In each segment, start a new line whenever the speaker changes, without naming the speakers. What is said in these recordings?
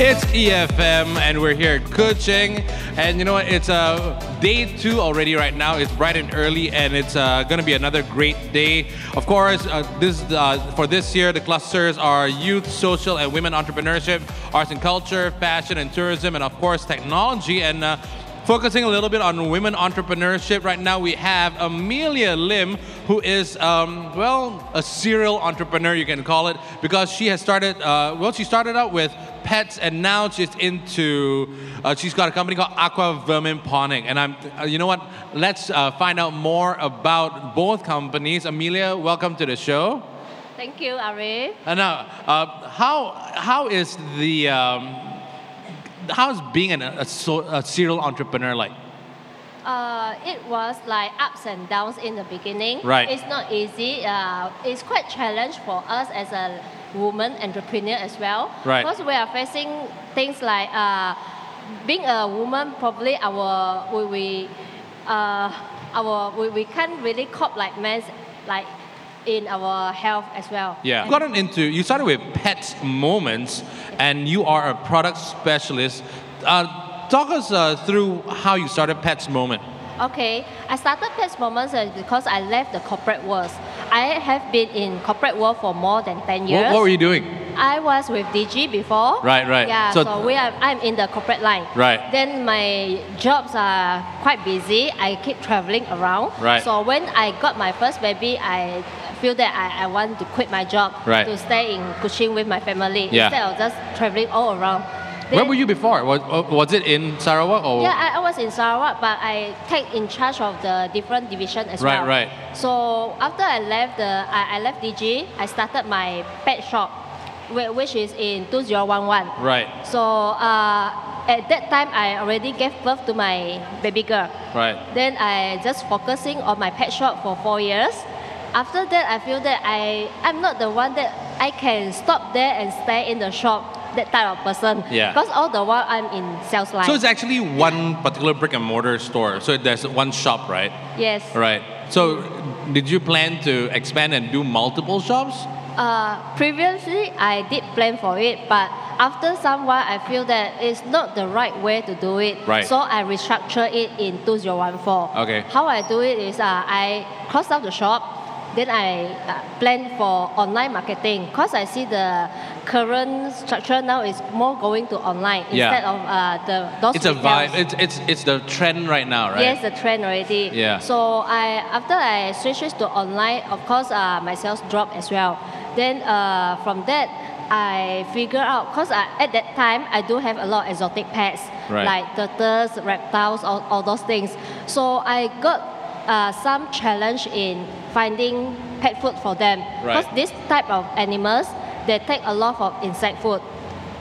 It's EFM, and we're here at Kuching. And you know what? It's uh, day two already right now. It's bright and early, and it's uh, going to be another great day. Of course, uh, this uh, for this year, the clusters are youth, social, and women entrepreneurship, arts and culture, fashion and tourism, and of course, technology. And uh, focusing a little bit on women entrepreneurship, right now we have Amelia Lim, who is, um, well, a serial entrepreneur, you can call it, because she has started, uh, well, she started out with pets and now she's into uh, she's got a company called aqua vermin ponic and i'm uh, you know what let's uh, find out more about both companies amelia welcome to the show
Thank you, Ari.
and now uh, how how is the um, how's being an, a, so- a serial entrepreneur like
Uh, it was like ups and downs in the beginning.
Right.
It's not easy. Uh, it's quite challenge for us as a woman entrepreneur as well.
Right.
Because we are facing things like uh, being a woman, probably our we we uh, our we, we can't really cope like men like in our health as well.
yeah
And-
you gotten into you started with pet moments and you are a product specialist uh, Talk us uh, through how you started Pets Moment.
Okay, I started Pets Moments uh, because I left the corporate world. I have been in corporate world for more than 10 years.
What, what were you doing?
I was with DG before.
Right, right.
Yeah,
So-
so, we are, I'm in the corporate line.
Right.
Then my jobs are quite busy. I keep traveling around.
Right.
So when I got my first baby, I feel that I, I want to quit my job
Right.
to stay in Kuching with my family
Yeah.
instead of just traveling all around.
Where
Then-
were you before? Was, uh, was it in Sarawak or?
yeah, I, I was in Sarawak, but I take in charge of the different division as
Right,
well.
right.
So after I left the, I, I left DG, I started my pet shop, whi- which is in 2011.
Right,
So uh, at that time, I already gave birth to my baby girl.
right.
Then I just focusing on my pet shop for four years. After that, I feel that I I'm not the one that I can stop there and stay in the shop. That type of person.
Yeah.
Because all the while I'm in sales line.
So it's actually one particular brick and mortar store. So there's one shop, right?
yes.
Right. So did you plan to expand and do multiple shops?
Uh, previously, I did plan for it, but after some while, I feel that it's not the right way to do it.
Right.
So I restructure it in 2014.
Okay.
How I do it is uh, I close down the shop, then I uh, plan for online marketing because I see the current structure now is more going to online
Yeah.
instead of uh, the those
It's a
retails.
vibe. It's it's it's the trend right now, right?
Yes, the trend already.
Yeah.
So I after I switches to online, of course, uh, my sales dropped as well. Then uh, from that, I figure out because at that time I do have a lot of exotic pets
Right.
like turtles, reptiles, all, all those things. So I got uh, some challenge in finding pet food for them
Right.
because this type of animals they take a lot of insect food.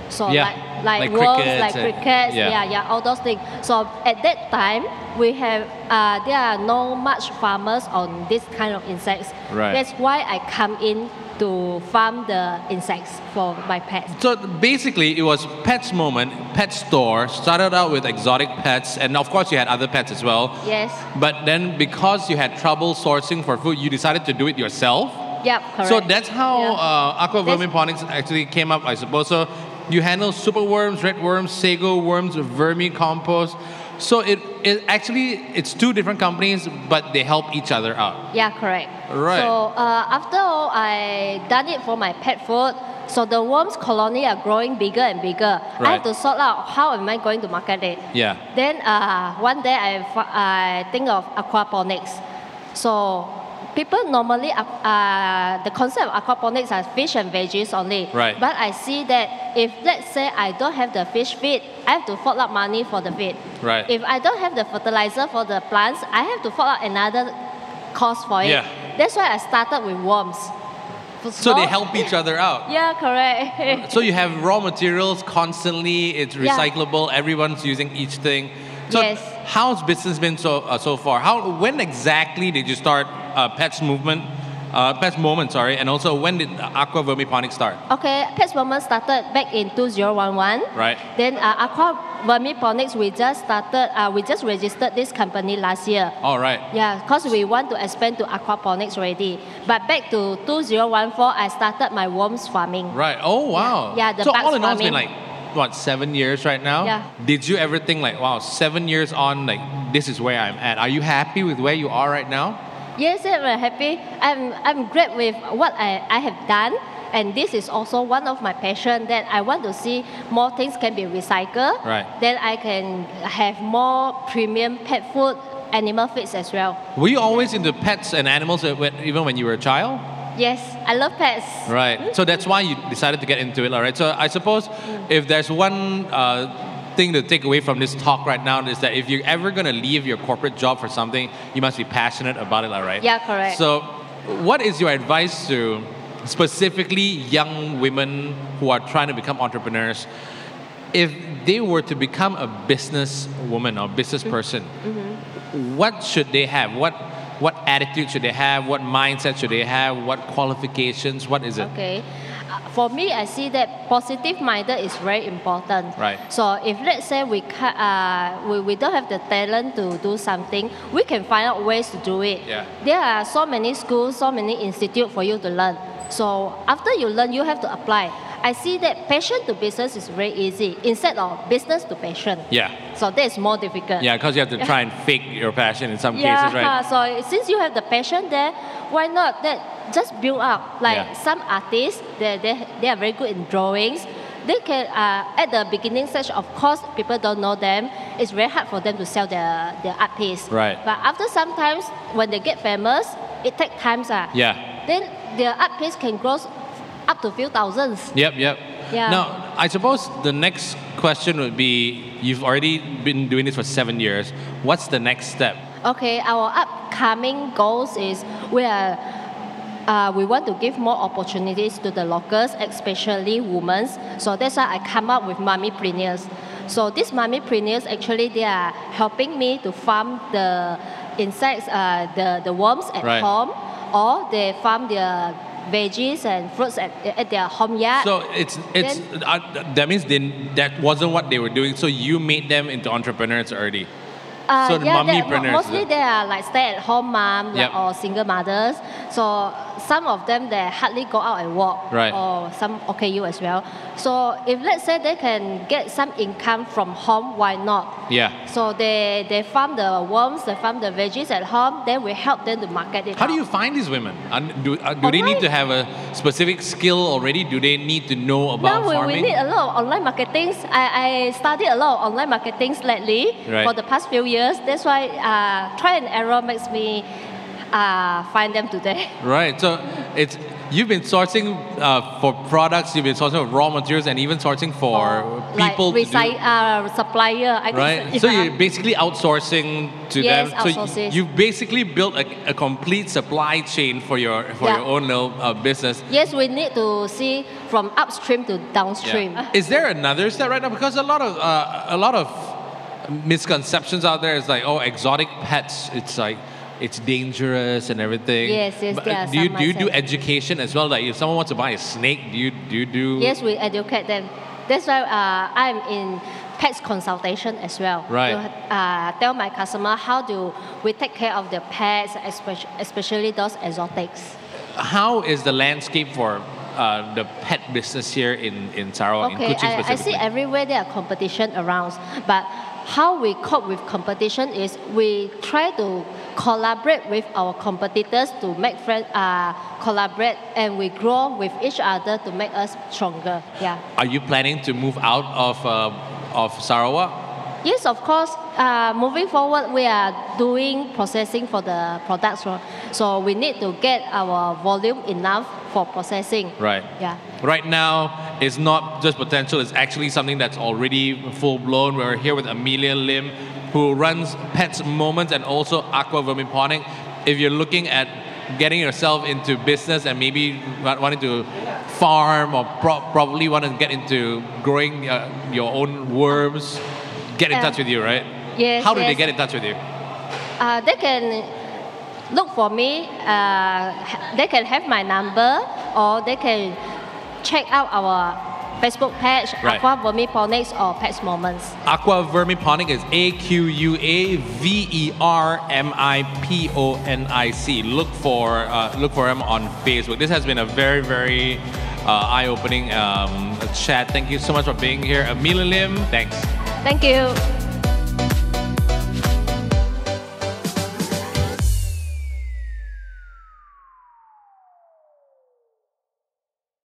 So
Yeah.
like like,
Like
worms,
crickets
like
and-
crickets,
yeah.
yeah, yeah, all those things. So at that time, we have uh, there are no much farmers on this kind of insects.
Right.
That's why I come in to farm the insects for my pets.
So basically, it was Pets Moment, Pet Store, started out with exotic pets, and of course, you had other pets as well.
Yes.
But then, because you had trouble sourcing for food, you decided to do it yourself.
Yep. Correct.
So that's how
Yeah.
uh, aqua
That's-
vermin ponics actually came up, I suppose. So you handle super worms, red worms, sago worms, vermi compost. So it, it actually it's two different companies, but they help each other out.
Yeah, correct.
Right.
So uh, after all, I done it for my pet food. So the worms colony are growing bigger and bigger. I
Right.
have to sort out how am I going to market it.
Yeah.
Then uh, one day I, fo- I think of aquaponics. So people normally uh, uh, the concept of aquaponics are fish and veggies only.
Right.
But I see that if let's say I don't have the fish feed, I have to fork out money for the feed.
Right.
If I don't have the fertilizer for the plants, I have to fork out another cost for it.
Yeah.
That's why I started with worms. For
So they
small-
help each other out.
Yeah, correct.
So you have raw materials constantly. It's
Yeah.
recyclable. Everyone's using each thing. So
Yes.
how's business been so uh, so far? How when exactly did you start uh, Pets Movement, uh, Pets Moment? Sorry, and also when did Aqua Vermiponic start?
okay, Pets Woman started back in 2011.
Right.
Then uh, Aqua Vermiponics, we just started, uh, we just registered this company last year.
All right.
Yeah, because we want to expand to aquaponics already. But back to 2014, I started my worms farming.
Right. Oh wow.
Yeah, the
so
bugs
all in all, it's been
farming.
like what seven years right now.
Yeah.
Did you ever think like, wow, seven years on, like this is where I'm at? Are you happy with where you are right now?
Yes, I'm happy. I'm, I'm great with what I, I have done. And this is also one of my passion that I want to see more things can be recycled.
Right.
Then I can have more premium pet food, animal feeds as well.
Were you always into pets and animals uh, when, even when you were a child?
Yes, I love pets.
Right. So that's why you decided to get into it, all right? So I suppose if there's one uh, thing to take away from this talk right now is that if you're ever going to leave your corporate job for something, you must be passionate about it, all right?
Yeah, correct.
So, what is your advice to specifically young women who are trying to become entrepreneurs? If they were to become a business woman or business
Mm-hmm.
person, what should they have? What what attitude should they have? What mindset should they have? What qualifications? What is it?
Okay. Uh, For me, I see that positive minded is very important.
Right.
So if let's say we can uh, we, we don't have the talent to do something, we can find out ways to do it.
Yeah.
There are so many schools, so many institutes for you to learn. So after you learn, you have to apply. I see that passion to business is very easy instead of business to passion.
Yeah.
So that is more difficult.
Yeah, because you have to try and fake your passion in some cases, right?
So since you have the passion there, why not that just build up? Like
Yeah.
some artists, they, they, they are very good in drawings. They can uh, at the beginning stage, of course, people don't know them. It's very hard for them to sell their, their art piece.
Right.
But after sometimes when they get famous, it takes times. ah.
Yeah.
Then their art piece can grow up to few thousands.
Yep, yep.
Yeah.
Now, I suppose the next question would be you've already been doing this for seven years. What's the next step?
Okay, our upcoming goals is we are uh, we want to give more opportunities to the locals, especially women. So that's why I come up with mommy preneurs. So these mommy preneurs actually they are helping me to farm the insects, uh, the the worms at
Right.
home, or they farm their veggies and fruits at, at their home yard.
So it's it's uh, that means they, that wasn't what they were doing. So you made them into entrepreneurs already.
Uh,
So the
yeah, they-
mummypreneurs,
Mostly
is it?
they are like stay-at-home mom like,
Yep.
or single mothers. So some of them they hardly go out and walk.
Right.
Or some OKU as well. So if let's say they can get some income from home, why not?
Yeah.
So they, they farm the worms, they farm the veggies at home. Then we help them to market it.
How do
out.
you find these women? And do uh, do they need
Online.
to have a specific skill already? Do they need to know about
now we,
farming?
we need a lot of online marketing. I, I studied a lot of online marketing lately
Right.
for the past few years. That's why uh, try and error makes me uh, find them today.
Right. So it's you've been sourcing uh, for products, you've been sourcing for raw materials, and even sourcing for
like,
people. to do-
recy- uh, supplier. I think
right.
if
So
I'm-
you're basically outsourcing to
Yes,
them. So you-
outsources.
you've basically built a, a complete supply chain for your for
Yeah.
your own little uh, business.
yes, we need to see from upstream to downstream.
Yeah. Is there another step right now? Because a lot of uh, a lot of misconceptions out there is like, oh, exotic pets. It's like it's dangerous and everything.
Yes, yes,
But,
there
uh,
are
do you
some
do you do
mindset.
education as well? Like if someone wants to buy a snake, do you do you do?
Yes, we educate them. That's why uh, I'm in pets consultation as well.
Right.
To, uh, tell my customer how do we take care of the pets, especially, especially those exotics.
How is the landscape for uh, the pet business here in in Sarawak in
Okay,
Kuching
I, I see
specifically?
everywhere there are competition around, but how we cope with competition is we try to collaborate with our competitors to make friend, uh, collaborate, and we grow with each other to make us stronger. Yeah.
Are you planning to move out of uh, of Sarawak?
Yes, of course. Uh, moving forward, we are doing processing for the products, ro- so we need to get our volume enough for processing.
Right.
Yeah.
Right now, it's not just potential, it's actually something that's already full blown. We're here with Amelia Lim, who runs Pets Moments and also Aqua Vermiponic. If you're looking at getting yourself into business and maybe wa- wanting to farm or pro- probably want to get into growing uh, your own worms, get in
Yeah.
touch with you, right?
Yes,
How do they
yes.
get in touch with you?
Uh, they can look for me. Uh, ha- they can have my number, or they can check out our Facebook page,
Right.
Aqua Vermiponics or Pets Moments.
Aqua Vermiponic is A Q U A V E R M I P O N I C. Look for uh, look for him on Facebook. This has been a very very uh, eye-opening um, chat. Thank you so much for being here, Amelia Lim. Thanks.
Thank you.